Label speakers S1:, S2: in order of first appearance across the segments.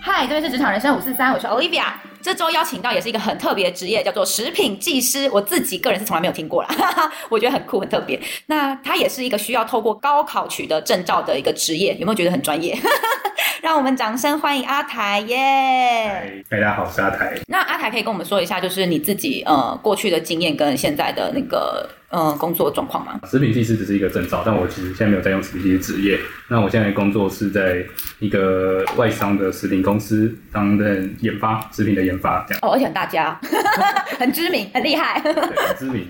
S1: 嗨，这边是职场人生五四三，我是 Olivia。这周邀请到也是一个很特别的职业，叫做食品技师。我自己个人是从来没有听过啦， 哈哈，我觉得很酷，很特别。那它也是一个需要透过高考取得证照的一个职业，有没有觉得很专业？ 让我们掌声欢迎阿台耶
S2: 嗨，大家好，我是阿台。
S1: 那阿台可以跟我们说一下，就是你自己呃过去的经验跟现在的那个呃工作状况吗？
S2: 食品技师只是一个证照，但我其实现在没有在用食品技师职业。那我现在工作是在一个外商的食品公司担任研发食品的研发，这样
S1: 哦，而且很大家， 很知名，很厉害。
S2: 对，很知名。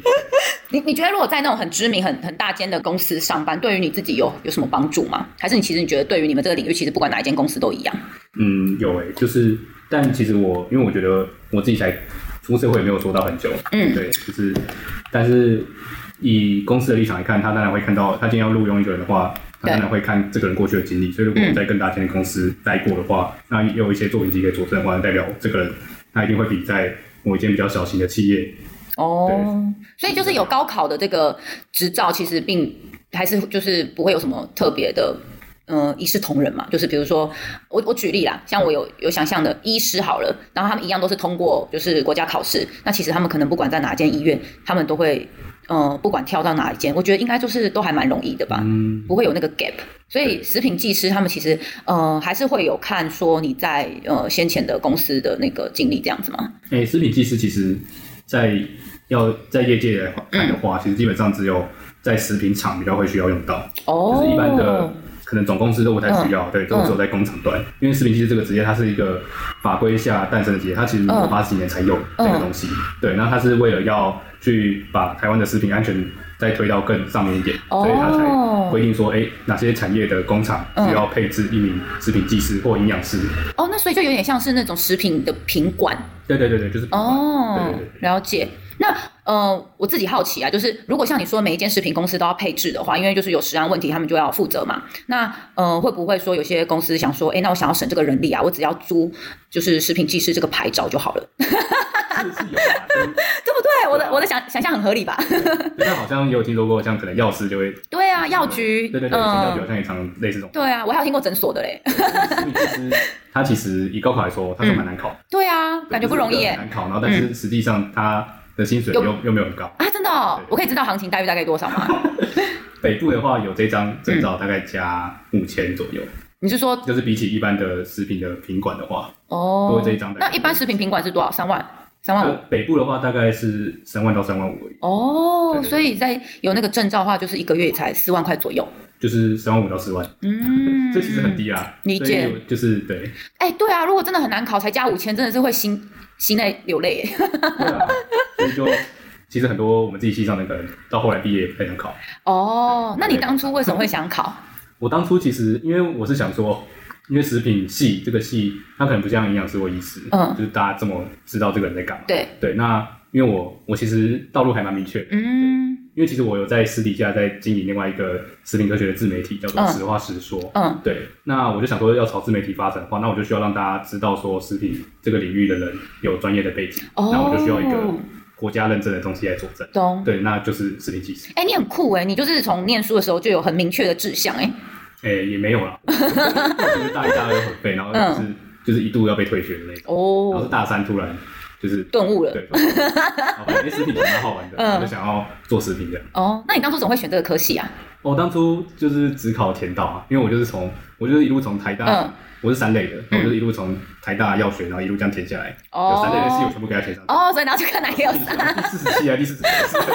S1: 你你觉得如果在那种很知名、很很大间的公司上班，对于你自己有有什么帮助吗？还是你其实你觉得对于你们这个领域，其实不管哪一间公司都一样？
S2: 嗯，有诶、就是，但其实我因为我觉得我自己才出社会没有做到很久，
S1: 嗯
S2: 对，就是，但是以公司的立场来看，他当然会看到，他今天要录用一个人的话，他
S1: 对嗯
S2: 当然会看这个人过去的经历。所以如果我在更大间的公司待过的话，那也有一些作品集可以佐证的话，那代表这个人他一定会比在某一间比较小型的企业，
S1: 哦，所以就是有高考的这个执照，其实并还是就是不会有什么特别的。呃，一视同仁嘛，就是比如说，我我举例啦，像我有有想象的医师好了，然后他们一样都是通过就是国家考试，那其实他们可能不管在哪间医院，他们都会，呃，不管跳到哪一间，我觉得应该就是都还蛮容易的吧。
S2: 嗯，
S1: 不会有那个 gap。所以食品技师他们其实呃还是会有看说你在呃先前的公司的那个经历这样子吗？
S2: 诶、哎食品技师其实在要在业界来
S1: 嗯
S2: 看的话，其实基本上只有在食品厂比较会需要用到。
S1: 哦
S2: 就是一般的可能总公司都不太需要，对，都
S1: 嗯
S2: 只有在工厂端。因为食品技师这个职业，它是一个法规下诞生的职业，它其实
S1: 嗯
S2: 八十几年才有这个东西。对，那它是为了要去把台湾的食品安全再推到更上面一点，
S1: 哦
S2: 所以它才规定说，哎、哪些产业的工厂需要配置一名食品技师或营养师。
S1: 哦，那所以就有点像是那种食品的品管
S2: 对对对对，就是
S1: 哦，
S2: 对对对
S1: 了解。那呃，我自己好奇啊，就是如果像你说每一间食品公司都要配置的话，因为就是有食安问题，他们就要负责嘛。那呃，会不会说有些公司想说，哎，那我想要省这个人力啊，我只要租就是食品技师这个牌照就好了，
S2: 是是有啊。就是
S1: 对不对？啊我的我的想想象很合理吧？
S2: 就像好像也有听说过，像可能药师就会，
S1: 对啊，药局，
S2: 对对对，
S1: 嗯
S2: 药局好像也常 类似这种。
S1: 对啊，我还有听过诊所的嘞。
S2: 食品技师它其实以高考来说，它是蛮难考的。
S1: 对啊，感觉不容易耶
S2: 很难考，然后但是实际上他的薪水又又没有很高。
S1: 啊！真的、哦
S2: 对，
S1: 我可以知道行情待遇大概多少吗？
S2: 北部的话有这张证照大概加五千左右，
S1: 你是说
S2: 就是比起一般的食品的品管的话，
S1: 哦
S2: 多这一张的
S1: 那一般食品品管是多少？三万，三万
S2: 呃
S1: 五。
S2: 北部的话大概是三万到三万五，
S1: 哦
S2: 对，对
S1: 所以在有那个证照的话，就是一个月也才四万块左右。
S2: 就是三万五到四万，，
S1: 嗯
S2: 这其实很。低啊。
S1: 理解
S2: 所以我就是对，
S1: 哎、对啊，如果真的很难考，才加五千，真的是会心心内流泪耶。
S2: 对啊，所以就其实很多我们自己系上的可能到后来毕业也不太想考。
S1: 哦，那你当初为什么会想考？
S2: 我当初其实因为我是想说，因为食品系这个系，它可能不像营养师或医师，
S1: 嗯
S2: 就是大家这么知道这个人在干嘛。
S1: 对，
S2: 对，那因为我我其实道路还蛮明确的，
S1: 嗯
S2: 因为其实我有在私底下在经营另外一个食品科学的自媒体，叫做
S1: 嗯
S2: 实话实说。
S1: 嗯，
S2: 对，那我就想说，要朝自媒体发展的话，那我就需要让大家知道说食品这个领域的人有专业的背景，
S1: 哦
S2: 那我就需要一个国家认证的东西来佐证。
S1: 懂。
S2: 对，那就是食品技师。
S1: 哎、你很酷哎，你就是从念书的时候就有很明确的志向哎。
S2: 哎、也没 有啦，就是大一、大二都很废，然后就是、
S1: 嗯
S2: 就是一度要被退学的那种，然
S1: 哦
S2: 后是，大三突然就是
S1: 顿悟了。
S2: 对，好吧，因为食品蛮好玩 的，
S1: 嗯
S2: 我就想要做食品这样。
S1: 哦，那你当初怎么会选这个科系啊？
S2: 我哦当初就是只考填到啊，因为我就是从我就是一路从台大，
S1: 嗯
S2: 我是三类的，我就是一路从台大药学，然后一路这样填下来，有三类的系我全部给他填上。
S1: 哦，所以拿去看哪个有三，
S2: 第四十七啊，第四十七，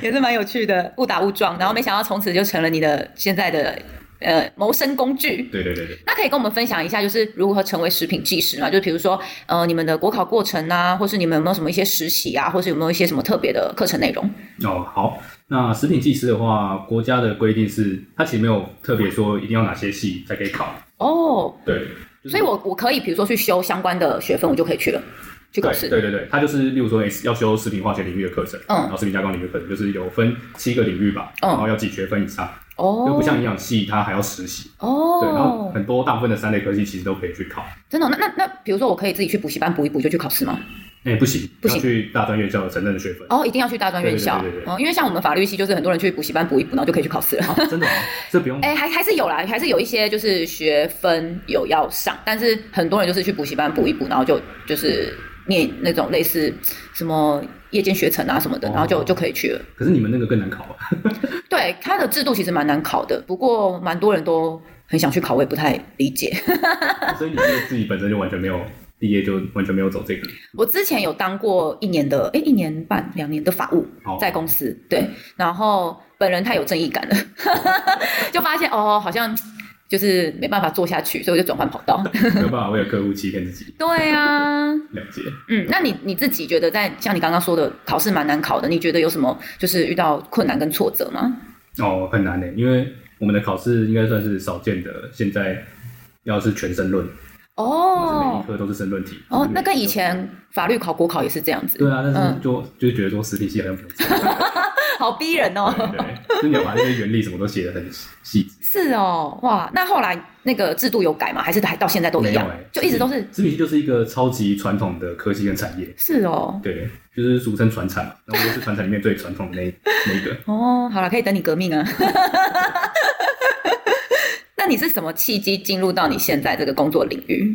S1: 也是蛮有趣的，误打误撞，然后没想到从此就成了你的现在的呃谋生工具。
S2: 对对对对，
S1: 那可以跟我们分享一下，就是如何成为食品技师嘛？就比如说，呃，你们的国考过程啊，或是你们有没有什么一些实习啊，或是有没有一些什么特别的课程内容？
S2: 哦好，那食品技师的话，国家的规定是，它其实没有特别说一定要哪些系才可以考，
S1: 哦，
S2: 对，就是
S1: 所以我我可以比如说去修相关的学分，我就可以去了，去考
S2: 对
S1: 试。
S2: 对对对，它就是例如说，诶要修食品化学领域的课程，
S1: 嗯
S2: 然后食品加工领域的课程，就是有分七个领域吧，
S1: 嗯
S2: 然后要几学分以上，就
S1: 哦
S2: 不像营养系它还要实习，对，然后
S1: 哦，
S2: 很多大部分的三类科系其实都可以去考，
S1: 真的哦、那那那，比如说我可以自己去补习班补一补就去考试吗？
S2: 哎、不行，
S1: 不行
S2: 要去大专院校承认的学分。
S1: 哦，一定要去大专院校
S2: 对对对对对
S1: 哦，因为像我们法律系，就是很多人去补习班补一补，然后就可以去考试了。
S2: 啊， 真的吗？这不用
S1: 哎、还还是有啦，还是有一些就是学分有要上，但是很多人就是去补习班补一补，然后就就是念那种类似什么夜间学程啊什么的，
S2: 哦
S1: 然后就就可以去了。
S2: 可是你们那个更难考啊！
S1: 对，它的制度其实蛮难考的，不过蛮多人都很想去考，我也不太理解。
S2: 所以你们自己本身就完全没有毕业，就完全没有走这个。
S1: 我之前有当过一年的，哎，一年半、两年的法务
S2: 哦，
S1: 在公司，对，然后本人太有正义感了， 就发现哦，好像就是没办法做下去，所以我就转换跑道。
S2: 没有办法为了客户欺骗自己，
S1: 对啊，
S2: 了解。
S1: 嗯，那你你自己觉得在像你刚刚说的考试蛮难考的，你觉得有什么就是遇到困难跟挫折吗？
S2: 哦，很难呢，因为我们的考试应该算是少见的，现在要是全申论，就是每一
S1: 哦
S2: 科都是申论题。
S1: 哦，那跟以前法律考国考也是这样子，嗯
S2: 对啊，但是就、就觉得说实体系好像不用这样
S1: 好逼人哦。
S2: 对， 就是你要把那些原理什么都写得很细致。
S1: 是哦，哇，那后来那个制度有改吗？还是还到现在都一样
S2: 没有欸，
S1: 就一直都是
S2: 实体系就是一个超级传统的科技跟产业，
S1: 是哦。
S2: 对，就是俗称传产嘛，那我就是传产里面最传统的那一那一个。
S1: 哦，好了，可以等你革命啊。 那你是什么契机进入到你现在这个工作领域？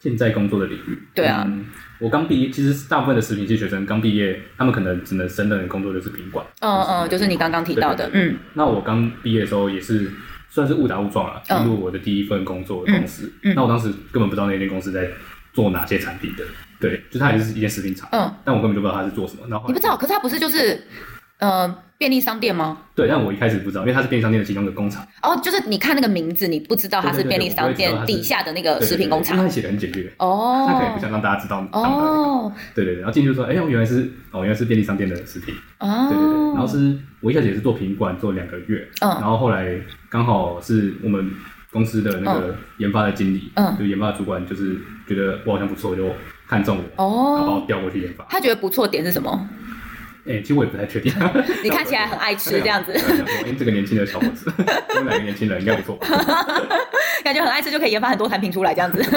S2: 现在工作的领域。
S1: 对啊
S2: 嗯我刚毕业，其实大部分的食品系学生刚毕业，他们可能只能胜任的工作就是品管。
S1: 嗯嗯，就是你刚刚提到的，嗯
S2: 那我刚毕业的时候也是算是误打误撞了，进
S1: 嗯
S2: 入我的第一份工作的公司。
S1: 嗯嗯
S2: 那我当时根本不知道那间公司在做哪些产品的，对，就它也是一间食品厂，
S1: 嗯，
S2: 但我根本就不知道它是做什么。然后后
S1: 你
S2: 来
S1: 不知道，可是它不是就是呃便利商店吗？
S2: 对，但我一开始不知道，因为它是便利商店的其中一个工厂，
S1: 哦，就是你看那个名字，你不知道它是
S2: 对对对
S1: 便利商
S2: 我不
S1: 店
S2: 会知道它是
S1: 底下的那个
S2: 对
S1: 呃食品工厂
S2: 对对因。为它写的很简略。
S1: 哦
S2: 它可能不想让大家知道他们到底干嘛，
S1: 哦
S2: 对对对，然后进去就说，哎、我原来是哦，原来是便利商店的食品，
S1: 哦，
S2: 对对对，然后是我一开始也是做品管，做两个月，然
S1: 嗯
S2: 后后来刚好是我们公司的那个研发的经理，
S1: 嗯
S2: 就研发的主管，就是觉得我好像不错，就看中我，然后把
S1: 哦，
S2: 我调过去研发。
S1: 他觉得不错点是什么？
S2: 哎、其实我也不太确定，
S1: 你看起来很爱吃这样子
S2: 对，我想说，哎、这个年轻的小伙子， 我们两个年轻人应该不 错吧。
S1: 感觉很爱吃就可以研发很多产品出来这样子。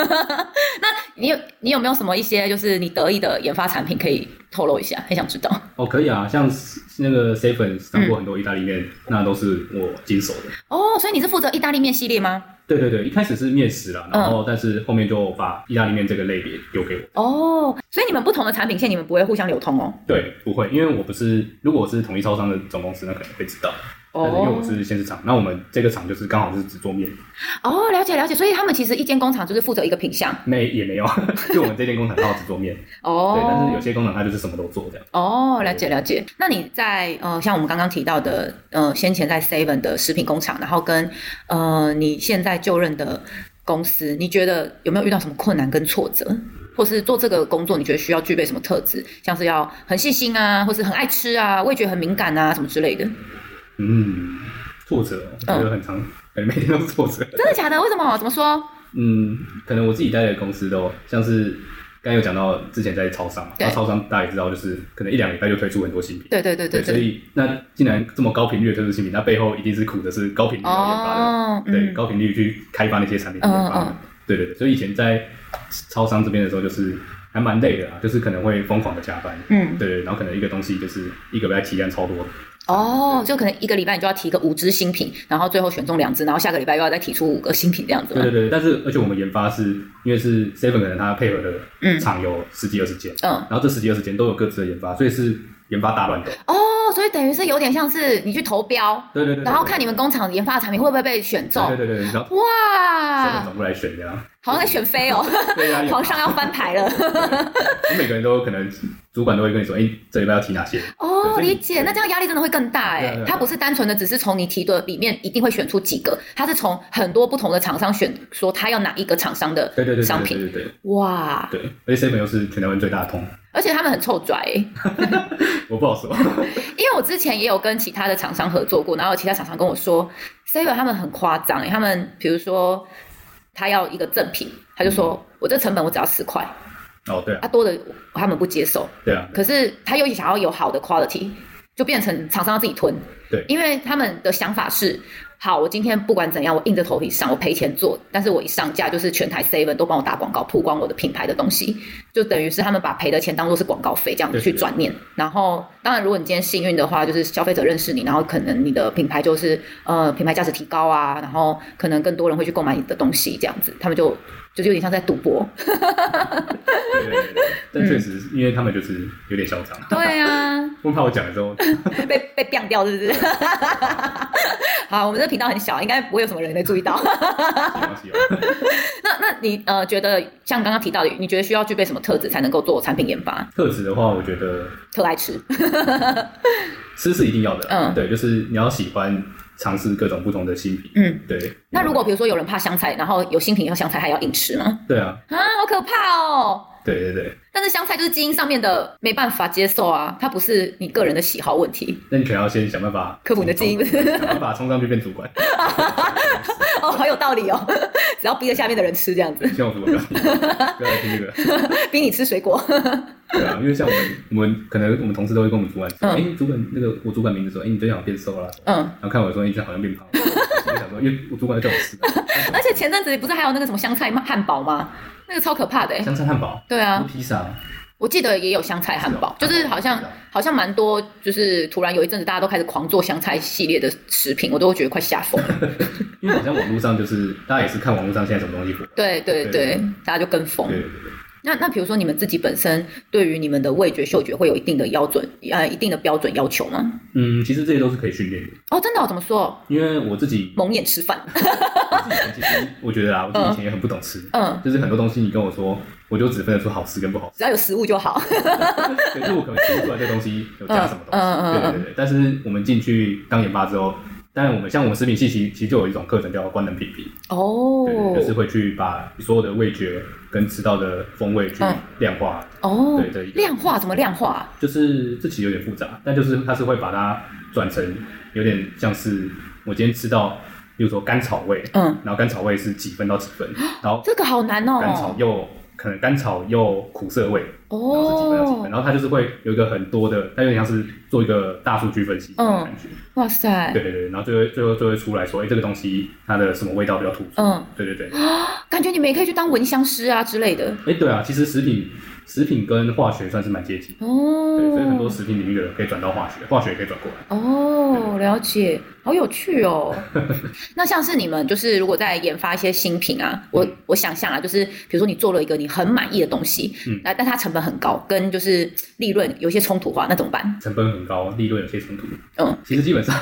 S1: 那你有你有没有什么一些就是你得意的研发产品可以透露一下？很想知道。
S2: 哦，可以啊，像那个 Seven 上过很多意大利
S1: 嗯
S2: 面，那都是我经手的。
S1: 哦，所以你是负责意大利面系列吗？
S2: 对对对，一开始是面食
S1: 嗯
S2: 啦，然后但是后面就把意大利面这个类别丢给我。
S1: 哦，所以你们不同的产品线你们不会互相流通哦。
S2: 对，不会，因为我不是，如果我是统一超商的总公司，那可能会知道。但是因为我是鲜食厂，那我们这个厂就是刚好是只做 面，
S1: 哦，了解了解，所以他们其实一间工厂就是负责一个品项。
S2: 没也没有， 就我们这间工厂刚好只做面。
S1: 哦，
S2: 对，但是有些工厂它就是什么都做这样。
S1: 哦，了解了解。那你在呃，像我们刚刚提到的，呃，先前在 Seven 的食品工厂，然后跟呃你现在就任的公司，你觉得有没有遇到什么困难跟挫折，或是做这个工作你觉得需要具备什么特质，像是要很细心啊，或是很爱吃啊，味觉很敏感啊，什么之类的？
S2: 嗯，挫折哦，
S1: 嗯
S2: 我觉得很长，感觉每天都是挫折。
S1: 真的假的？为什么？怎么说？
S2: 嗯，可能我自己待的公司都像是刚才有讲到之前在超商嘛，
S1: 对
S2: 那超商大家也知道，就是可能一两礼拜就推出很多新品。
S1: 对对对
S2: 对，所
S1: 对。
S2: 以那既然这么高频率的推出新品，那背后一定是苦的是高频率的研发的
S1: 哦，
S2: 对，
S1: 嗯，
S2: 高频率去开发那些产品，
S1: 嗯
S2: 研发
S1: 嗯
S2: 们。对对对，所以以前在超商这边的时候，就是还蛮累的啊，就是可能会疯狂的加班，
S1: 嗯，
S2: 对对，然后可能一个东西就是一个礼拜提案超多，
S1: 哦，就可能一个礼拜你就要提个五只新品，然后最后选中两只，然后下个礼拜又要再提出五个新品这样子
S2: 对
S1: 吗？
S2: 对对，但是而且我们研发是因为是 Seven 可能它配合的
S1: 嗯
S2: 厂有十几二十间，
S1: 嗯，
S2: 然后这十几二十间都有各自的研发，所以是研发大乱斗，
S1: 哦，所以等于是有点像是你去投标，
S2: 对对对，对
S1: 然后看你们工厂研发的产品会不会被选中。
S2: 对对对对，然后。
S1: 哇
S2: Seven，转过来选这样，
S1: 好像在选妃哦，
S2: 对呀、
S1: 皇上要翻牌 了。
S2: 每个人都可能主管都会跟你说，哎、这礼拜要提哪些？对
S1: 哦，
S2: 所以
S1: 理解。那这样压力真的会更大
S2: 对啊对
S1: 哎
S2: 啊，
S1: 它不是单纯的只是从你提的里面一定会选出几个，它是从很多不同的厂商选，说他要哪一个厂商的
S2: 对对对
S1: 商
S2: 对对
S1: 品。
S2: 对对
S1: 哇，
S2: 对，而且 Seven 又是全台湾最大的通，
S1: 而且他们很臭拽哎，
S2: 我不好说。
S1: 因为我之前也有跟其他的厂商合作过，然后有其他厂商跟我说，Seven 他们很夸张哎，他们比如说他要一个赠品，他就说我这成本我只要十块。
S2: 哦，对啊，
S1: 啊，多的他们不接受，
S2: 对啊，
S1: 可是他又想要有好的 quality，就变成厂商要自己吞。
S2: 对
S1: 因为他们的想法是，好，我今天不管怎样，我硬着头皮上，我赔钱做，但是我一上架就是全台 seven 都帮我打广告，曝光我的品牌的东西，就等于是他们把赔的钱当做是广告费这样子
S2: 对
S1: 去
S2: 对
S1: 转念。然后，当然，如果你今天幸运的话，就是消费者认识你，然后可能你的品牌就是呃品牌价值提高啊，然后可能更多人会去购买你的东西这样子，他们就就是有点像在赌博。
S2: 对对对对但确实，因为他们就是有点嚣张。
S1: 对啊，
S2: 我怕我讲了之后，
S1: 被被变掉是不是？ 好，我们这频道很小，应该不会有什么人会注意到。
S2: 喜欢
S1: 那那你呃觉得像刚刚提到的，你觉得需要具备什么特质才能够做产品研发？
S2: 特质的话，我觉得
S1: 特爱吃，
S2: 吃是一定要的啦。
S1: 嗯
S2: 对，就是你要喜欢尝试各种不同的新品。
S1: 嗯。
S2: 对。
S1: 那如果比如说有人怕香菜，然后有新品要香菜还要硬吃吗？
S2: 对啊，
S1: 啊，好可怕哦！
S2: 对对对，
S1: 但是香菜就是基因上面的没办法接受啊，它不是你个人的喜好问题。
S2: 那你可能要先想办法
S1: 克服你的基因
S2: 冲上想办法冲上去变主管。
S1: 哦，好有道理哦，只要逼着下面的人吃这样子，
S2: 像我主管不要听， 不要来听这个。
S1: 逼你吃水果。
S2: 对啊，因为像我们，我们可能我们同事都会跟我们主管说，
S1: 嗯
S2: 哎、主管那个我主管名字说，哎、你最近好像变瘦了啊，
S1: 嗯，
S2: 然后看我说，哎、你最近好像变胖了，我就想说，因为我主管叫我 吃的，
S1: 而且前阵子不是还有那个什么香菜汉堡吗？那个超可怕的、欸。
S2: 香菜汉堡、
S1: 对啊，
S2: 披萨，
S1: 我记得也有香菜汉堡，
S2: 是
S1: 就
S2: 哦
S1: 是好像
S2: 是哦
S1: 好像蛮多，就是突然有一阵子大家都开始狂做香菜系列的食品，我都会觉得快吓疯 了。
S2: 因为好像网络上就是大家也是看网络上现在什么东西火，
S1: 对对
S2: 对
S1: 对，大家就跟风。
S2: 对对对对，
S1: 那那比如说你们自己本身对于你们的味觉、嗅觉会有一定的标准，呃，一定的标准要求吗？
S2: 嗯，其实这些都是可以训练的，
S1: 哦，真的、哦？怎么说？
S2: 因为我自己，
S1: 蒙眼吃 饭？
S2: 我自己其实我觉得啊，我自己以前也很不懂吃。
S1: 嗯，
S2: 就是很多东西，你跟我说，我就只分得出好吃跟不好吃。
S1: 只要有食物就好。
S2: 对，就是我可能吃不出来这个东西有加什么东西。
S1: 嗯嗯嗯
S2: 对
S1: 嗯
S2: 对对对。但是我们进去当研发之后，当然我们像我们食品系其其实就有一种课程叫官能品评，
S1: 哦
S2: 对对对，就是会去把所有的味觉跟吃到的风味去
S1: 嗯
S2: 量化，
S1: 哦
S2: 对对，
S1: 量化怎么量化？
S2: 就是这其实有点复杂，但就是它是会把它转成有点像是我今天吃到，比如说甘草味，
S1: 嗯，
S2: 然后甘草味是几分到几分，然后
S1: 这个好难
S2: 哦甘草
S1: 哦。
S2: 又可能甘草又苦涩味，然后是几分到几分，
S1: 哦，
S2: 然后它就是会有一个很多的，它有点像是做一个大数据分析的
S1: 嗯
S2: 感觉，
S1: 哇塞，
S2: 对对对，然后最后最后最后出来说，哎，这个东西它的什么味道比较突出，
S1: 嗯，
S2: 对对对，
S1: 感觉你们也可以去当闻香师啊之类的。
S2: 哎，对啊，其实食品食品跟化学算是蛮接近的，
S1: 哦，
S2: 对，所以很多食品领域的人可以转到化学，化学也可以转过来。
S1: 哦，了解，好有趣哦。那像是你们就是如果在研发一些新品啊，我我想象啊，就是比如说你做了一个你很满意的东西，
S2: 嗯
S1: 那但它成本很高，跟就是利润有一些冲突的话，那怎么办？
S2: 成本很高，利润有些冲突。
S1: 嗯，
S2: 其实基 本上，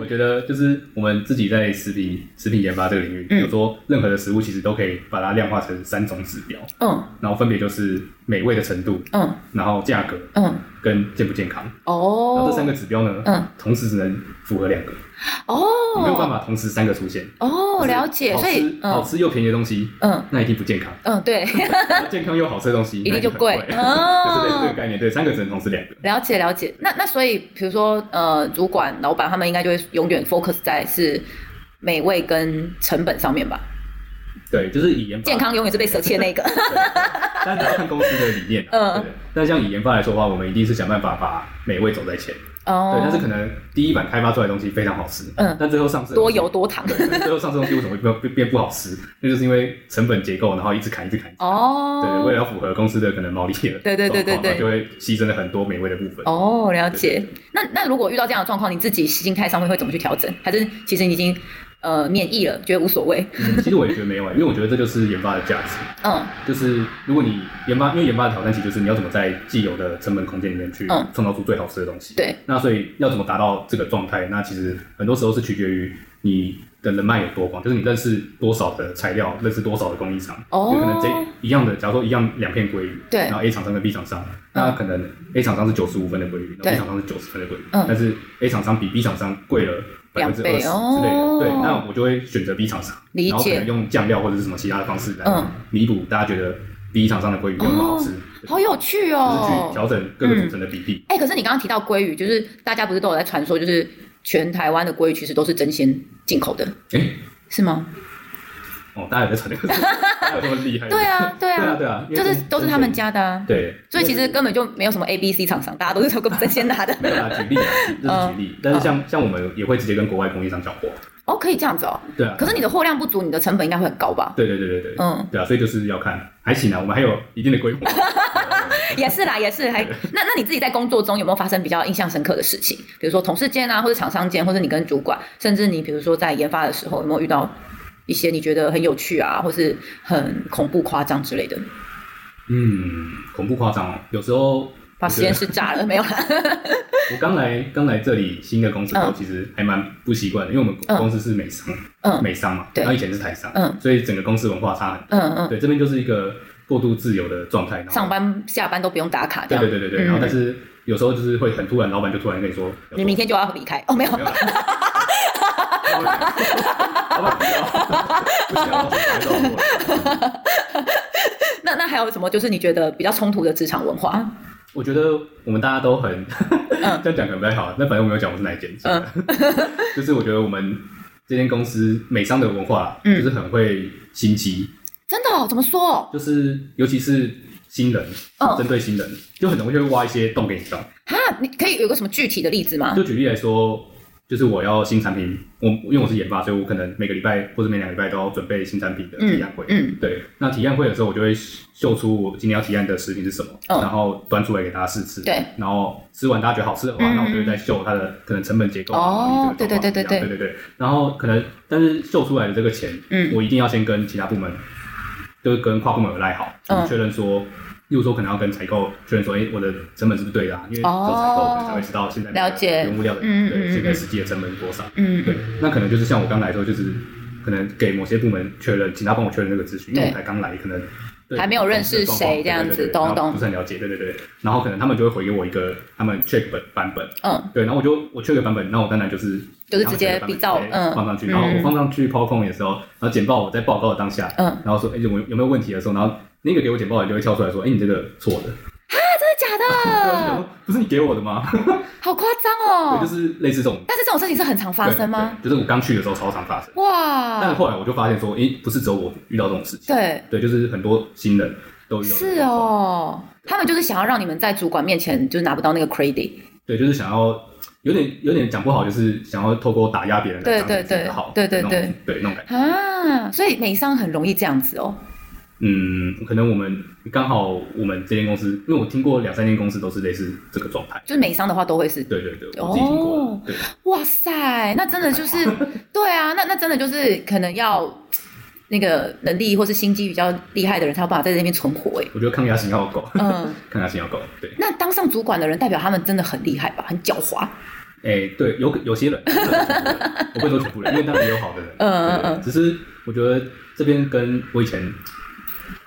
S2: 我觉得就是我们自己在食品食品研发这个领域，比
S1: 嗯
S2: 如说任何的食物，其实都可以把它量化成三种指标，
S1: 嗯
S2: 然后分别就是美味的程度，
S1: 嗯
S2: 然后价格
S1: 嗯，
S2: 跟健不健康。然后
S1: 哦，
S2: 这三个指标呢，
S1: 嗯，
S2: 同时只能符合两个，你没有办
S1: 哦
S2: 法同时三个出现。
S1: 哦，了解，
S2: 好
S1: 所以
S2: 吃好
S1: 嗯
S2: 吃又便宜的东西，
S1: 嗯
S2: 那一定不 健康；
S1: 嗯，对，
S2: 然后健康又好吃的东西，
S1: 一定
S2: 那
S1: 就
S2: 很
S1: 贵
S2: 贵。就是类似这个
S1: 哦。
S2: 概念，对，三个只能同时两个。
S1: 了解了解，那那所以比如说呃，主管、老板他们应该就会永远 focus 在是美味跟成本上面吧？
S2: 对，就是以研发
S1: 健康永远是被舍弃的那个。
S2: 但是要看公司的理念、啊。
S1: 嗯
S2: 对。但像以研发来说的话，我们一定是想办法把美味走在前。
S1: 哦
S2: 对，但是可能第一版开发出来的东西非常好吃，
S1: 嗯
S2: 但最后上市的
S1: 多
S2: 东西
S1: 油多糖。
S2: 对，最后上市的东西为什么会变变不好吃？那就是因为成本结构，然后一直砍，一直砍。一直砍对，为
S1: 哦，
S2: 了要符合公司的可能毛利的
S1: 对对对对
S2: 状况
S1: 对
S2: 然后就会牺牲了很多美味的部分。
S1: 哦，了
S2: 对
S1: 解。那那如果遇到这样的状况，你自己心态上面会怎么去调整？还是其实你已经呃免疫了，觉得无所谓？
S2: 嗯其实我也觉得没有、啊，因为我觉得这就是研发的价值。
S1: 嗯
S2: 就是如果你研发，因为研发的挑战其实就是你要怎么在既有的成本空间里面去
S1: 嗯
S2: 创造出最好吃的东西。
S1: 对。
S2: 那所以要怎么达到这个状态？那其实很多时候是取决于你的人脉有多广，就是你认识多少的材料，认识多少的供应商。
S1: 哦
S2: 就可能这一样的，假如说一样两片鲑鱼，
S1: 对嗯
S2: 然后 A 厂商跟 B 厂商，那可能 A 厂商是九十五分的鲑鱼，然后
S1: 对
S2: B 厂商是九十分的鲑鱼，
S1: 嗯
S2: 但是 A 厂商比 B 厂商贵了。百
S1: 两
S2: 分之二
S1: 倍
S2: 十之类
S1: 哦
S2: 的，对，那我就会选择 B 厂商，
S1: 理解
S2: 然后可能用酱料或者是什么其他的方式来
S1: 嗯
S2: 弥补大家觉得第一厂商的鲑鱼没有那么好吃，
S1: 好有趣
S2: 就是去
S1: 哦。
S2: 调整各个组成的比例。
S1: 哎、可是你刚刚提到鲑鱼，就是大家不是都有在传说，就是全台湾的鲑鱼其实都是真鲜进口的，
S2: 哎、
S1: 是吗？
S2: 哦，大家有在传这 个，大家有这么厉害？
S1: 对啊，对
S2: 对啊，
S1: 啊，
S2: 对啊，因
S1: 就
S2: 为
S1: 是
S2: 真
S1: 都是他们。家的啊。
S2: 真对，
S1: 所以其实根本就没有什么 A、B、C 厂商，大家都是 从根本真鲜拿的。嗯
S2: 没有啦，举例啊，这是举例。但是像像我们也会直接跟国外供应商交货，
S1: 哦，可以这样子哦。
S2: 对啊，
S1: 可是你的货量不足，你的成本应该会很高吧？
S2: 对对对对对，
S1: 嗯，
S2: 对啊，所以就是要看，还行啊，我们还有一定的规 模。
S1: 也是啦，也是还那那你自己在工作中有没有发生比较印象深刻的事情？比如说同事间啊，或者厂商间，或者你跟主管，甚至你比如说在研发的时候，有没有遇到一些你觉得很有趣啊，或是很恐怖夸张之类的？
S2: 嗯，恐怖夸张哦，有时候
S1: 把实验室炸了没有啦？
S2: 我刚来刚来这里新的公司的时候，
S1: 嗯
S2: 其实还蛮不习惯的，因为我们
S1: 嗯
S2: 公司是美商，
S1: 嗯
S2: 美商嘛，
S1: 对
S2: 然后以前是台商，
S1: 嗯
S2: 所以整个公司文化差很大。
S1: 嗯嗯，
S2: 对，这边就是一个过度自由的状态，然后
S1: 上班下班都不用打卡，这
S2: 对
S1: 样
S2: 对对对对，
S1: 嗯
S2: 然后但是有时候就是会很突然，老板就突然跟你说，
S1: 你明天就要离开哦，没有
S2: 没有啦。老板不要，不行，老板来找我。
S1: 那那还有什么？就是你觉得比较冲突的职场文化？
S2: 我觉得我们大家都很，
S1: 嗯
S2: 这样讲可能不太好，但反正我没有讲我是哪一间，
S1: 嗯
S2: 就是我觉得我们这间公司美商的文化，
S1: 嗯
S2: 就是很会心机，
S1: 真的、哦？怎么说？
S2: 就是尤其是新人，
S1: 嗯
S2: 针对新人，就很容易会挖一些洞给你钻。
S1: 哈，你可以有个什么具体的例子吗？
S2: 就举例来说，就是我要新产品，我因为我是研发，所以我可能每个礼拜或者每两个礼拜都要准备新产品的提案会。
S1: 嗯
S2: 对，那提案会的时候，我就会秀出我今天要提案的食品是什么，
S1: 嗯
S2: 然后端出来给大家试吃。
S1: 对，
S2: 然后吃完大家觉得好吃的话，
S1: 嗯
S2: 那我就会再秀它的可能成本结构啊。
S1: 哦
S2: 然后这个状况
S1: 对对对对
S2: 怎么样对对对。然后可能，但是秀出来的这个钱，
S1: 嗯
S2: 我一定要先跟其他部门，就是跟跨部门有赖好，
S1: 嗯
S2: 就是确认说。例如说，可能要跟采购确认说，哎、我的成本是不是对的、啊？因为
S1: 哦
S2: 做采购可能才会知道现在
S1: 了解
S2: 原物料的
S1: 嗯嗯
S2: 对
S1: 嗯
S2: 现在
S1: 嗯
S2: 实际的成本是多少。
S1: 嗯
S2: 对，那可能就是像我刚来的时候，就是可能给某些部门确认，请他帮我确认这个资讯，因为
S1: 对
S2: 我才刚来，可能对
S1: 还没有认识
S2: 公司的状况
S1: 谁这样子
S2: 对对对
S1: 懂
S2: 然后
S1: 懂
S2: 不是很了解，对对对。然后可能他们就会回给我一个他们 check 本版本，
S1: 嗯，
S2: 对，然后我就我 check 个版本，那我当然就是
S1: 就是直接
S2: 他们 check 的版本
S1: 比照
S2: 直接
S1: 嗯
S2: 放上去，然后我
S1: 嗯
S2: 放上去 PowerPoint 的时候，然后简报我在报告的当下，
S1: 嗯
S2: 然后说哎有没有有没有问题的时候，然后那个给我简报的就会跳出来说，哎你这个错的，
S1: 真的
S2: 对
S1: 假
S2: 我就想
S1: 的？
S2: 说 不是你给我的吗？
S1: 好夸张
S2: 对，就
S1: 哦！
S2: 是类似这种
S1: 但是这种事情是很常发生吗？？
S2: 对对就是我刚去的时候超常发生。但
S1: 哇，
S2: 后来我就发现说，诶，不是只有我遇到这种事
S1: 嗯
S2: 情，
S1: 对，
S2: 对，就是很多新人都遇到，
S1: 是，哦，他们就是想要让你们在主管面前就是拿不到那个 credit，
S2: 对，就是想要有点有点讲不好，就是想要透过打压别人来
S1: 对
S2: 彰
S1: 对
S2: 显
S1: 对
S2: 自己的好，
S1: 对对
S2: 那种
S1: 对
S2: 对那种感觉，
S1: 啊，所以美商很容易这样子哦。
S2: 嗯，可能我们刚好我们这间公司，因为我听过两三间公司都是类似这个状态，
S1: 就是美商的话都会是，
S2: 对对对，我自己听过了，
S1: 哦
S2: 对，
S1: 哇塞，那真的 就是，对啊，那那真的就是可能要那个能力或是心机比较厉害的人，才有办法在这边存活哎。
S2: 我觉得抗压性要够，
S1: 嗯，
S2: 抗压性要够，对，
S1: 那当上主管的人，代表他们真的很厉害吧，很狡猾。
S2: 诶，哎对，有有些人，我不能说全部人，因为当然也有好的人，
S1: 嗯嗯
S2: 对
S1: 嗯
S2: 只是我觉得这边跟我以前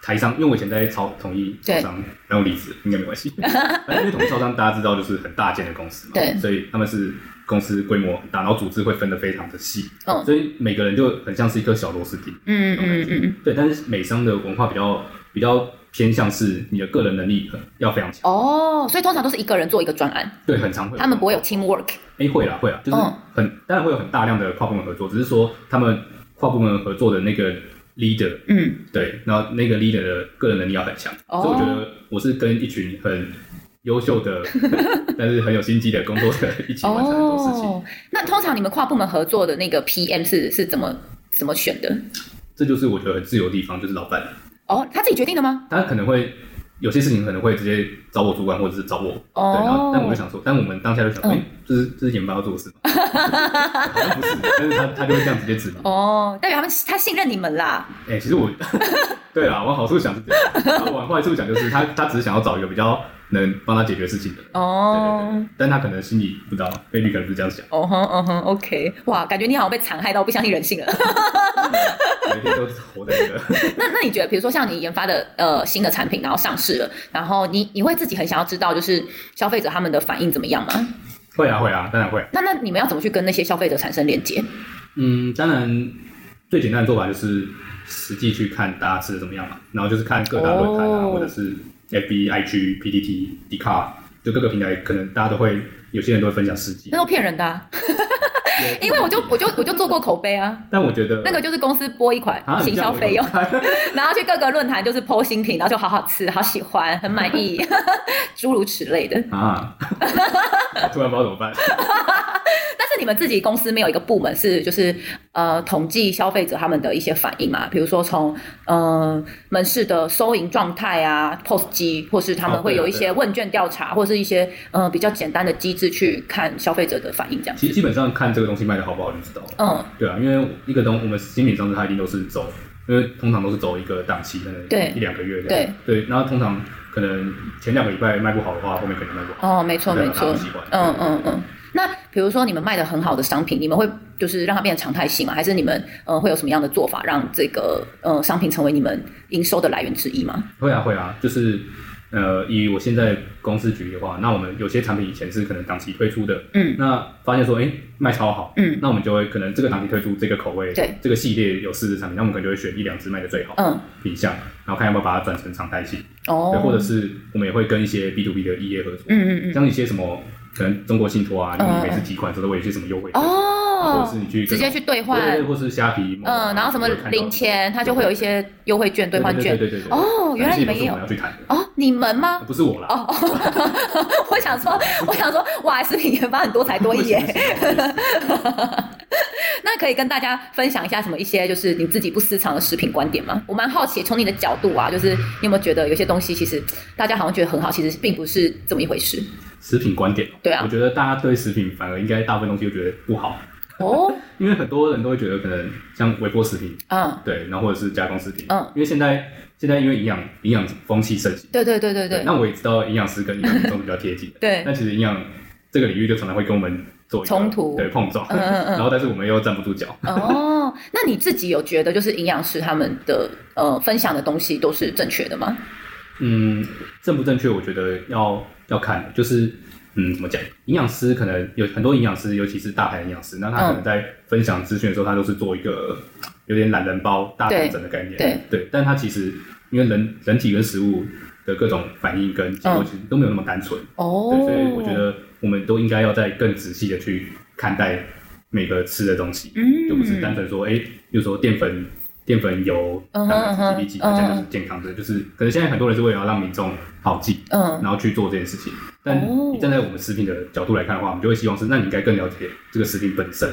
S2: 台商，因为我以前在超统一超
S1: 对
S2: 商，然后离职应该没 关系，反正因为统一超商大家知道就是很大间的公司嘛，
S1: 对
S2: 所以他们是公司规模很大，然后组织会分得非常的细，
S1: 嗯
S2: 所以每个人就很像是一颗小螺丝钉，
S1: 嗯嗯嗯嗯。
S2: 对，但是美商的文化比较比较偏向是你的个人能力很要非常强，
S1: 哦，所以通常都是一个人做一个专案，
S2: 对，很常会有
S1: 他们不会有 team work。
S2: 哎，会啦，会啦，就是
S1: 嗯
S2: 很、当然会有很大量的跨部门合作，只是说他们跨部门合作的那个 leader，
S1: 嗯，
S2: 对，然后那个 leader 的个人能力要很强，
S1: 哦
S2: 所以我觉得我是跟一群很优秀 的，但是很有心机的工作者一起完成很多事情，
S1: 哦，那通常你们跨部门合作的那个 PM 是是怎么怎么选的？
S2: 这就是我觉得很自由的地方，就是老板
S1: 哦，他自己决定的吗？
S2: 他可能会。有些事情可能会直接找我主管，或者是找我，
S1: 哦
S2: 对，然后但我就想说，但我们当下就想说，
S1: 嗯
S2: 哎、这是这是研发要做 的事吗？好像不是，但是他他就会这样直接指明。
S1: 哦，代表他们他信任你们啦。
S2: 哎、其实我，对啦，往好处想是这样，然后往坏处想就是他他只是想要找一个比较能帮他解决事情的人，对对
S1: 哦
S2: 对，，但他可能心里不知道，baby 可能不是这样想，
S1: 哦哼哦哼，OK，哇，感觉你好像被残害到不相信人性了。
S2: 每天都活在一个，
S1: 那那你觉得，比如说像你研发的呃新的产品，然后上市了，然后你你会自己很想要知道，就是消费者他们的反应怎么样吗？
S2: 会啊会啊，当然会，
S1: 那那你们要怎么去跟那些消费者产生连接？
S2: 嗯，当然最简单的做法就是实际去看大家吃的怎么样嘛，然后就是看各大论坛啊，
S1: 哦
S2: 或者是 FB、IG、PTT、d c a r 就各个平台，可能大家都会，有些人都会分享事迹
S1: 那，都骗人的、啊， 因为我就我就我就做过口碑啊，
S2: 但我觉得
S1: 那个就是公司拨一款
S2: 啊
S1: 行销费用，
S2: 你这样我就
S1: 然后去各个论坛就是剖新品，然后就好好吃，好喜欢，很满 意， 诸如此类的。
S2: 啊，突然不知道怎么办。
S1: 但是你们自己公司没有一个部门是就是呃统计消费者他们的一些反应嘛？比如说从呃门市的收银状态啊、POS 机，或是他们
S2: 哦
S1: 会
S2: 对啊
S1: 有一些问卷调查，或是一些呃比较简单的机制去看消费者的反应这样。
S2: 其实基本上看这个东西卖的好不好就知道了。
S1: 嗯，
S2: 对啊，因为一个东我们新品上市，它一定都是走，因为通常都是走一个档期，可能
S1: 对
S2: 一两个月这样
S1: 对。
S2: 对，然后通常可能前两个礼拜卖不好的话，后面可能卖不好。
S1: 哦，没错
S2: 对
S1: 没
S2: 啊大家
S1: 错
S2: 不习惯，
S1: 嗯嗯嗯。那比如说你们卖的很好的商品，你们会就是让它变成常态性吗？还是你们呃会有什么样的做法让这个呃商品成为你们营收的来源之一吗？
S2: 会啊会啊，就是呃，以我现在公司举例的话，那我们有些产品以前是可能档期推出的，
S1: 嗯，
S2: 那发现说哎卖超好，
S1: 嗯
S2: 那我们就会可能这个档期推出这个口味，
S1: 对，
S2: 这个系列有四只产品，那我们可能就会选一两只卖的最好
S1: 嗯，
S2: 品相，然后看要不要把它转成常态性，对，
S1: 哦，
S2: 或者是我们也会跟一些 B to B 的异业合作，
S1: 嗯嗯嗯，
S2: 像一些什么可能中国信托啊，
S1: 嗯
S2: 你每次提款的时候都会有一些什么优惠，或者
S1: 哦
S2: 是，你去
S1: 直接去兑
S2: 对对
S1: 换
S2: 对，，或是虾皮，某某啊
S1: 嗯，然后什么
S2: 你会看到
S1: 零钱，它就会有一些优惠券、兑换券。
S2: 对对对对对对
S1: 哦原来
S2: 那些
S1: 你们
S2: 都
S1: 也
S2: 是我
S1: 有
S2: 们要去谈的，
S1: 哦，你们吗？
S2: 不是我啦，
S1: 哦哦，我想说，我想说，哇，食品研发很多才多艺耶。那可以跟大家分享一下什么一些就是你自己不私藏的食品观点吗？我蛮好奇，从你的角度啊，就是你有没有觉得有些东西其实大家好像觉得很好，其实并不是这么一回事
S2: 食品观点。哦
S1: 对啊
S2: 我觉得大家对食品反而应该大部分东西都觉得不好，
S1: 哦。
S2: 因为很多人都会觉得可能像微波食品，
S1: 嗯，
S2: 对，然后或者是加工食品，
S1: 嗯，
S2: 因为现在现在因为营养营养风气盛行，
S1: 对对对对对，
S2: 那我也知道营养师跟营养民众比较贴近
S1: 对
S2: 但其实营养这个领域就常常会跟我们做一个
S1: 冲突
S2: 对碰撞，
S1: 嗯嗯嗯
S2: 然后但是我们又站不 住脚。
S1: 哦，那你自己有觉得就是营养师他们的呃分享的东西都是正确的吗？
S2: 嗯，正不正确，我觉得要要看，就是嗯，怎么讲？营养师可能有很多营养师，尤其是大牌营养师，那他可能在分享资讯的时候，他都是做一个有点懒人包、大
S1: 对
S2: 盘整的概念。
S1: 嗯对
S2: 但他其实因为人人体跟食物的各种反应跟结果，
S1: 嗯
S2: 其实都没有那么单纯。
S1: 哦，
S2: 对，所以我觉得我们都应该要再更仔细的去看待每个吃的东西，
S1: 嗯
S2: 就不是单纯说，哎、比如说淀粉、淀粉、油、
S1: 嗯
S2: 蛋
S1: 哼
S2: 白质、几比几，
S1: 嗯哼
S2: 这样就是健康的，就是可能现在很多人是为了要让民众好记，
S1: 嗯
S2: 然后去做这件事情。但
S1: 哦
S2: 站在我们食品的角度来看的话，我们就会希望是，那你应该更了解这个食品本身，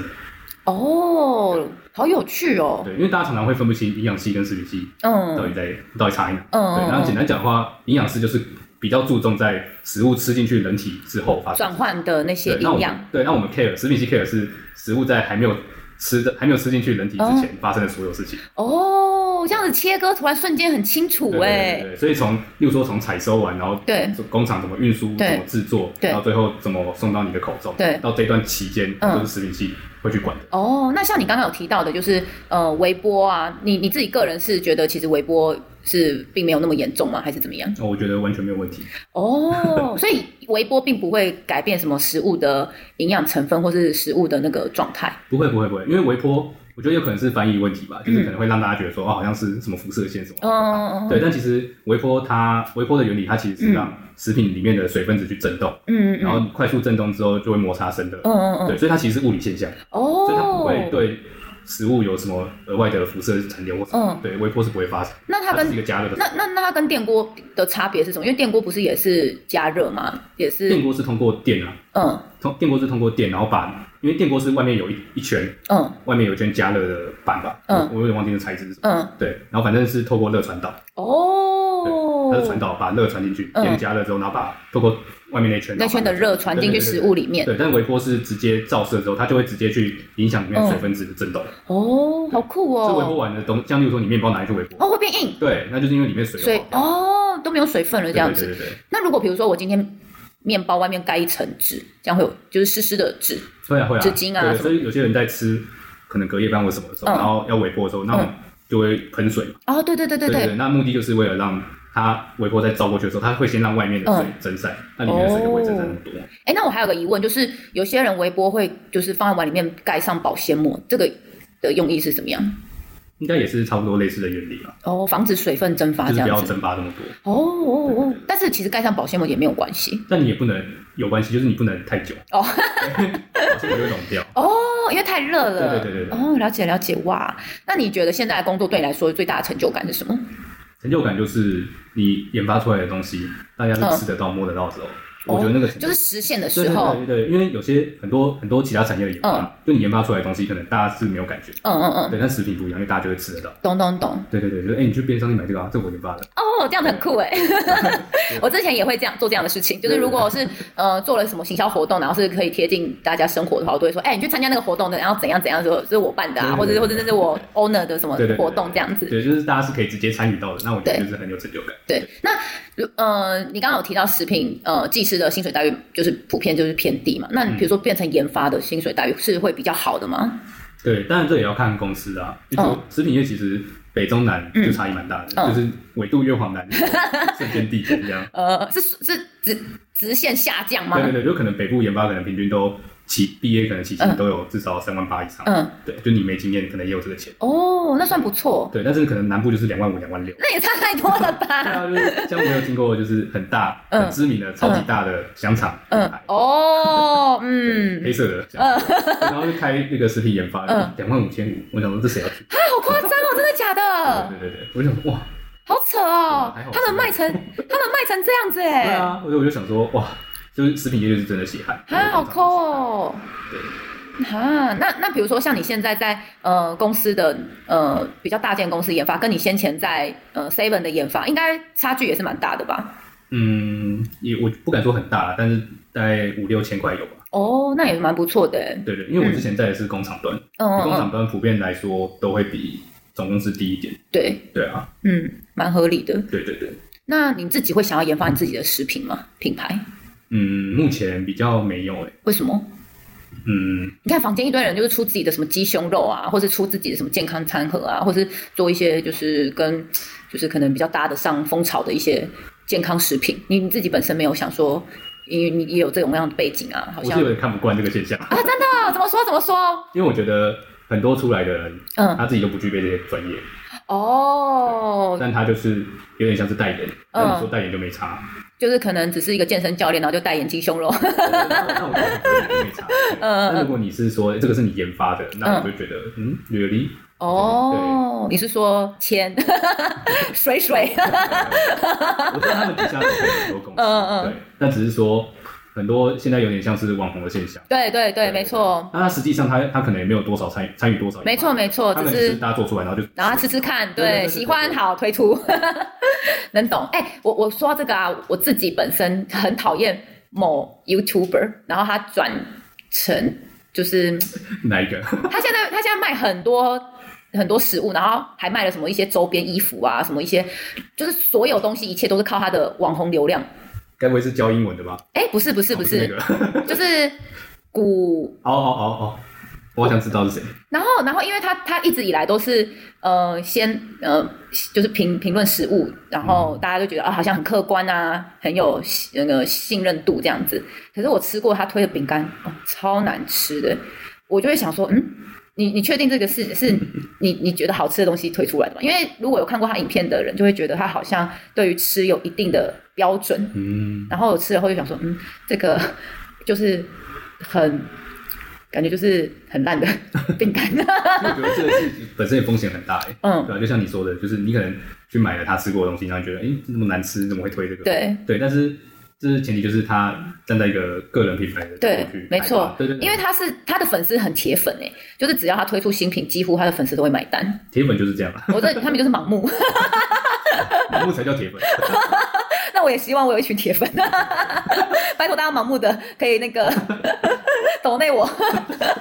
S1: 哦，好有趣哦，
S2: 对，因为大家常常会分不清营养系跟食品系
S1: 嗯
S2: 到底在、到底差异哪。
S1: 嗯
S2: 对，然后简单讲的话，营养师就是比较注重在食物吃进去人体之后发生
S1: 转换的那些
S2: 对，那我
S1: 营
S2: 们
S1: 养。
S2: 对，那我们 care 食品系 care 是食物在还没有吃的还没有吃进去人体之前发生的所有事情。
S1: 哦，这样子切割突然瞬间很清楚
S2: 对对对
S1: 哎，
S2: 对，所以从例如说从采收完，然后
S1: 对
S2: 工厂怎么运输，
S1: 对
S2: 怎么制作，
S1: 对
S2: 然后最后怎么送到你的口中，
S1: 对
S2: 到这段期间
S1: 嗯
S2: 都是食品系会去管的。
S1: 哦，那像你刚刚有提到的，就是呃微波啊，你你自己个人是觉得其实微波是并没有那么严重吗？还是怎么样？
S2: 那我觉得完全没有问题。
S1: 哦，所以微波并不会改变什么食物的营养成分或是食物的那个状态。
S2: 不会不会不会，因为微波，我觉得有可能是翻译问题吧，就是
S1: 嗯
S2: 可能会让大家觉得说，哦，好像是什么辐射线什么。
S1: 嗯嗯
S2: 对，但其实微波它微波的原理，它其实是让食品里面的水分子去震动，
S1: 嗯
S2: 然
S1: 嗯
S2: 后快速震动之后就会摩擦生热。
S1: 嗯嗯嗯，
S2: 对，所以它其实是物理现象，
S1: 哦，
S2: 所以它不会对食物有什么额外的辐射残留或什么
S1: 嗯，
S2: 对微波是不会发生。
S1: 那它
S2: 它
S1: 跟
S2: 是一个加热的
S1: 那，那那它跟电锅的差别是什么？因为电锅不是也是加热吗？也
S2: 电
S1: 是，
S2: 锅是通过电啊，
S1: 嗯
S2: 通电锅是通过电，然后把，因为电锅是外面有一一圈，
S1: 嗯
S2: 外面有一圈加热的板吧，
S1: 嗯
S2: 我我有点忘记那材质是什么，
S1: 嗯，
S2: 对，然后反正是透过热传导，
S1: 哦，
S2: 它是传导把热传进去，
S1: 嗯
S2: 电加热之后，然后把透过外面那圈
S1: 那圈的热传进去食物里面。
S2: 对，但微波是直接照射之后，它就会直接去影响里
S1: 嗯
S2: 面水分子的震动，
S1: 哦，好酷
S2: 所以微波
S1: 哦！
S2: 完的东，像例如说你面包拿去微波，
S1: 哦，会变硬，
S2: 对，那就是因为里面水有
S1: 所以
S2: 跑掉
S1: 哦都没有水分了这样
S2: 对
S1: 子。
S2: 对对对，
S1: 那如果比如说我今天面包外面盖一层纸，这样会有就是湿湿的纸。
S2: 会啊会啊，
S1: 纸巾啊
S2: 对，
S1: 什么
S2: 所以有些人在吃可能隔夜饭或什么的时
S1: 嗯
S2: 候，然后要微波的时候，那我们就会喷水嘛，
S1: 哦，对对对对
S2: 对
S1: 对，
S2: 那目的就是为了让它微波再照过去的时候，它会先让外面的水
S1: 嗯
S2: 蒸散，那里面的水就不会蒸散那么多。
S1: 哎，那我还有个疑问，就是有些人微波会就是放在碗里面盖上保鲜膜，这个的用意是怎么样？
S2: 应该也是差不多类似的原理吧，
S1: 哦，防止水分蒸发
S2: 就
S1: 这
S2: 是不要
S1: 样子。
S2: 蒸发那么多，
S1: 哦哦哦，但是其实盖上保鲜膜也没有关系。
S2: 但你也不能有关系，就是你不能太 久
S1: 哦
S2: 对保鲜膜就会溶掉。
S1: 哦，因为太热了。
S2: 对对对对对
S1: 哦，了解了解，哇！那你觉得现在的工作对你来说最大的成就感是什么？
S2: 成就感就是你研发出来的东西，大家是吃得到、摸得到的时候，我觉得那个
S1: 哦
S2: 成
S1: 就是实现的
S2: 对
S1: 时
S2: 对
S1: 候，
S2: 对对，因为有些很多很多其他产业的研发，就你研发出来的东西，可能大家是没有感觉，
S1: 嗯嗯嗯，
S2: 对，但食品不一样，因为大家就会吃得到。
S1: 懂懂懂。
S2: 对对对，就是哎、你去边商店买这个啊，这我研发的，
S1: 哦，这样子
S2: 嗯
S1: 很 酷哎！我之前也会这样做这样的事情，就是如果是呃做了什么行销活动，然后是可以贴近大家生活的话，我都会说，哎、你去参加那个活动的，然后怎样怎样，说这是我办的啊，
S2: 对对对
S1: 或者是或者这是我 owner 的什么
S2: 对对对对
S1: 活动这样子。
S2: 对，就是大家是可以直接参与到的，那我觉得
S1: 对
S2: 就是很有成就感。
S1: 对，那如呃，你刚刚有提到食品呃技师的薪水待遇就是普遍就是偏低嘛，
S2: 嗯
S1: 那你比如说变成研发的薪水待遇是会比较好的吗？
S2: 对，当然这也要看公司啊，就
S1: 嗯
S2: 食品业其实北中南就差异蛮大的，
S1: 嗯
S2: 就是纬度越 往南，瞬间递减这样。
S1: 呃，是是直直线下降吗？
S2: 对对对，就可能北部研发可能平均都起毕业可能起薪
S1: 嗯
S2: 都有至少三万八以上，
S1: 嗯，
S2: 对，就你没经验可能也有这个钱，
S1: 哦，那算不错，
S2: 对，但是可能南部就是两万五、两万六。
S1: 那也差太多了
S2: 对
S1: 吧？
S2: 啊，就是像我有听过，就是很大、
S1: 嗯
S2: 很知名的、超级大的香肠品
S1: 嗯
S2: 牌，，
S1: 哦，嗯，
S2: 黑色的香肠， 然后就开那个食品研发
S1: 嗯，
S2: 两万五千五，我想说这谁要去？
S1: 啊，好夸张哦，真的假的？
S2: 对对对，我就想说哇，
S1: 好扯哦
S2: 还好，
S1: 他们卖成他们卖成这样子
S2: 对
S1: 哎，
S2: 啊，我就我就想说哇，就是食品业就是真的血汗，
S1: 啊，好抠哦。
S2: 对，
S1: 啊，那那比如说像你现在在呃公司的呃比较大间公司研发，跟你先前在呃 Seven 的研发，应该差距也是蛮大的吧？
S2: 嗯，也我不敢说很大啦，但是大概五六千块有吧。
S1: 哦，那也蛮不错的欸，
S2: 对对，因为我之前在的是工厂端，
S1: 嗯嗯
S2: 工
S1: 嗯，
S2: 厂端普遍来说都会比总公司低一点。
S1: 对，
S2: 对啊，
S1: 嗯，蛮合理的。
S2: 对对对，
S1: 那你自己会想要研发你自己的食品吗？品牌？
S2: 嗯，目前比较没有诶、欸
S1: 为什么？
S2: 嗯，
S1: 你看房间一堆人就是出自己的什么鸡胸肉啊，或是出自己的什么健康餐盒啊，或是做一些就是跟就是可能比较搭得上风潮的一些健康食品。你你自己本身没有想说，因为你也有这种样的背景啊，好
S2: 我
S1: 像
S2: 是有点看不惯这个现象，
S1: 啊，真的怎么说怎么说？
S2: 因为我觉得很多出来的人，
S1: 嗯，
S2: 他自己都不具备这些专业，
S1: 哦，
S2: 但他就是有点像是代言，
S1: 嗯
S2: 那你说代言就没差，
S1: 就是可能只是一个健身教练，然后就代言鸡胸 肉，
S2: 那那我觉得就没差。
S1: 嗯
S2: 那如果你是说哎这个是你研发的，那我就觉得嗯，有理。
S1: 哦，你是说铅 水水？
S2: 我觉得他们底下都有很多公司，
S1: 嗯嗯
S2: 对，但只是说很多现在有点像是网红的现象。
S1: 对对对，没错，
S2: 那他实际上他他可能也没有多少参参与多少，
S1: 没错，没错，
S2: 他
S1: 只
S2: 们只是
S1: 是
S2: 大家做出来，然后就
S1: 然后他吃吃看，
S2: 对对对
S1: 对，
S2: 对
S1: 喜欢好推出， 能懂？哎、我我说到这个啊，我自己本身很讨厌某 YouTuber，然后他转成就是
S2: 哪一个？
S1: 他现在他现在卖很多很多食物，然后还卖了什么一些周边衣服啊，什么一些就是所有东西，一切都是靠他的网红流量。
S2: 该不会是教英文的吧？
S1: 哎、不是不是
S2: 哦
S1: 不
S2: 是那
S1: 是，
S2: 个？
S1: 就是古
S2: 哦哦哦哦，我好想知道是谁。
S1: 然后，然后，因为他他一直以来都是呃，先呃，就是评评论食物，然后大家就觉得啊、好像很客观啊，很有那个信任度这样子。可是我吃过他推的饼干，哦、超难吃的，我就会想说，嗯，你你确定这个是是你你觉得好吃的东西推出来的吗？因为如果有看过他影片的人，就会觉得他好像对于吃有一定的标准，
S2: 嗯，
S1: 然后我吃了后就想说，嗯，这个就是很感觉就是很烂 的饼干。
S2: 我觉得这个是本身也风险很大哎。
S1: 嗯，
S2: 对啊，就像你说的，就是你可能去买了他吃过的东西，然后你觉得，哎，这么难吃，怎么会推这个？
S1: 对
S2: 对，但是这是前提，就是他站在一个个人品牌的角
S1: 对
S2: 度去，
S1: 没
S2: 开发
S1: 错，
S2: 对对，对
S1: 因为他是他的粉丝很铁粉哎、就是只要他推出新品，几乎他的粉丝都会买单。
S2: 铁粉就是这样啦，
S1: 我这他们就是盲目，
S2: 盲目才叫铁粉。
S1: 那我也希望我有一群铁粉， 拜托大家盲目的可以那 个抖内我。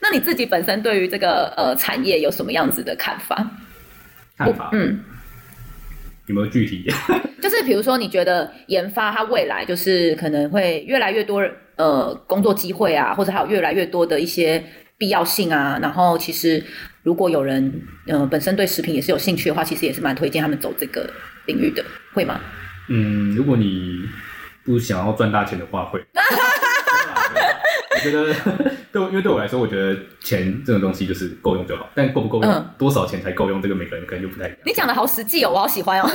S1: 那你自己本身对于这个呃产业有什么样子的看法？
S2: 看法
S1: 嗯，
S2: 有没有具体一点？
S1: 就是比如说，你觉得研发它未来就是可能会越来越多呃工作机会啊，或者还有越来越多的一些必要性啊。然后其实如果有人呃本身对食品也是有兴趣的话，其实也是蛮推荐他们走这个领域的，会吗？
S2: 嗯，如果你不想要赚大钱的 话，会。我觉得对我，因为对我来说，我觉得钱这种东西就是够用就好，但够不够用，
S1: 嗯
S2: 多少钱才够用，这个每个人可能就不太一样。
S1: 你讲的好实际哦，我好喜欢哦。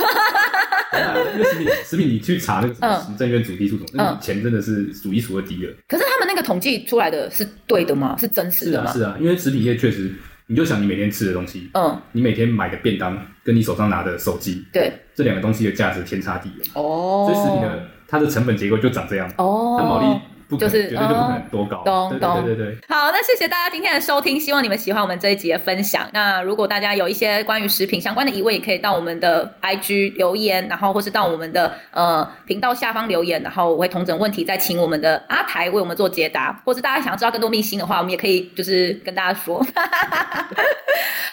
S2: 因为食品，食品你去查那个什么
S1: 嗯
S2: 行政院主题处总，那个
S1: 嗯
S2: 钱真的是数一数二低的。
S1: 可是他们那个统计出来的是对的吗？是真实
S2: 是
S1: 的
S2: 啊，
S1: 吗？
S2: 是啊，因为食品业确实，你就想你每天吃的东西，
S1: 嗯，
S2: 你每天买的便当，跟你手上拿的手机，
S1: 对，
S2: 这两个东西的价值天差地远。
S1: 哦
S2: 所以食品的它的成本结构就长这样，
S1: 哦，
S2: 它毛利不可能
S1: 就是哦
S2: 绝对就不可能多高。
S1: 懂
S2: 对
S1: 懂
S2: 对对对对，
S1: 好，那谢谢大家今天的收听，希望你们喜欢我们这一集的分享。那如果大家有一些关于食品相关的疑问，也可以到我们的 IG 留言，然后或是到我们的呃频道下方留言，然后我会同整问题，再请我们的阿台为我们做解答。或是大家想要知道更多秘辛的话，我们也可以就是跟大家说。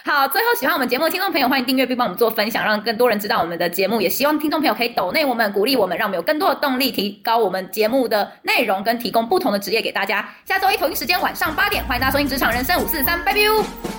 S1: 好，最后喜欢我们节目的听众朋友，欢迎订阅并帮我们做分享，让更多人知道我们的节目。也希望听众朋友可以抖内我们，鼓励我们，让我们有更多的动力提高我们节目的内容，跟提供不同的职业给大家。下周一同一时间晚上八点，欢迎大家收听《职场人生五四三》，拜拜。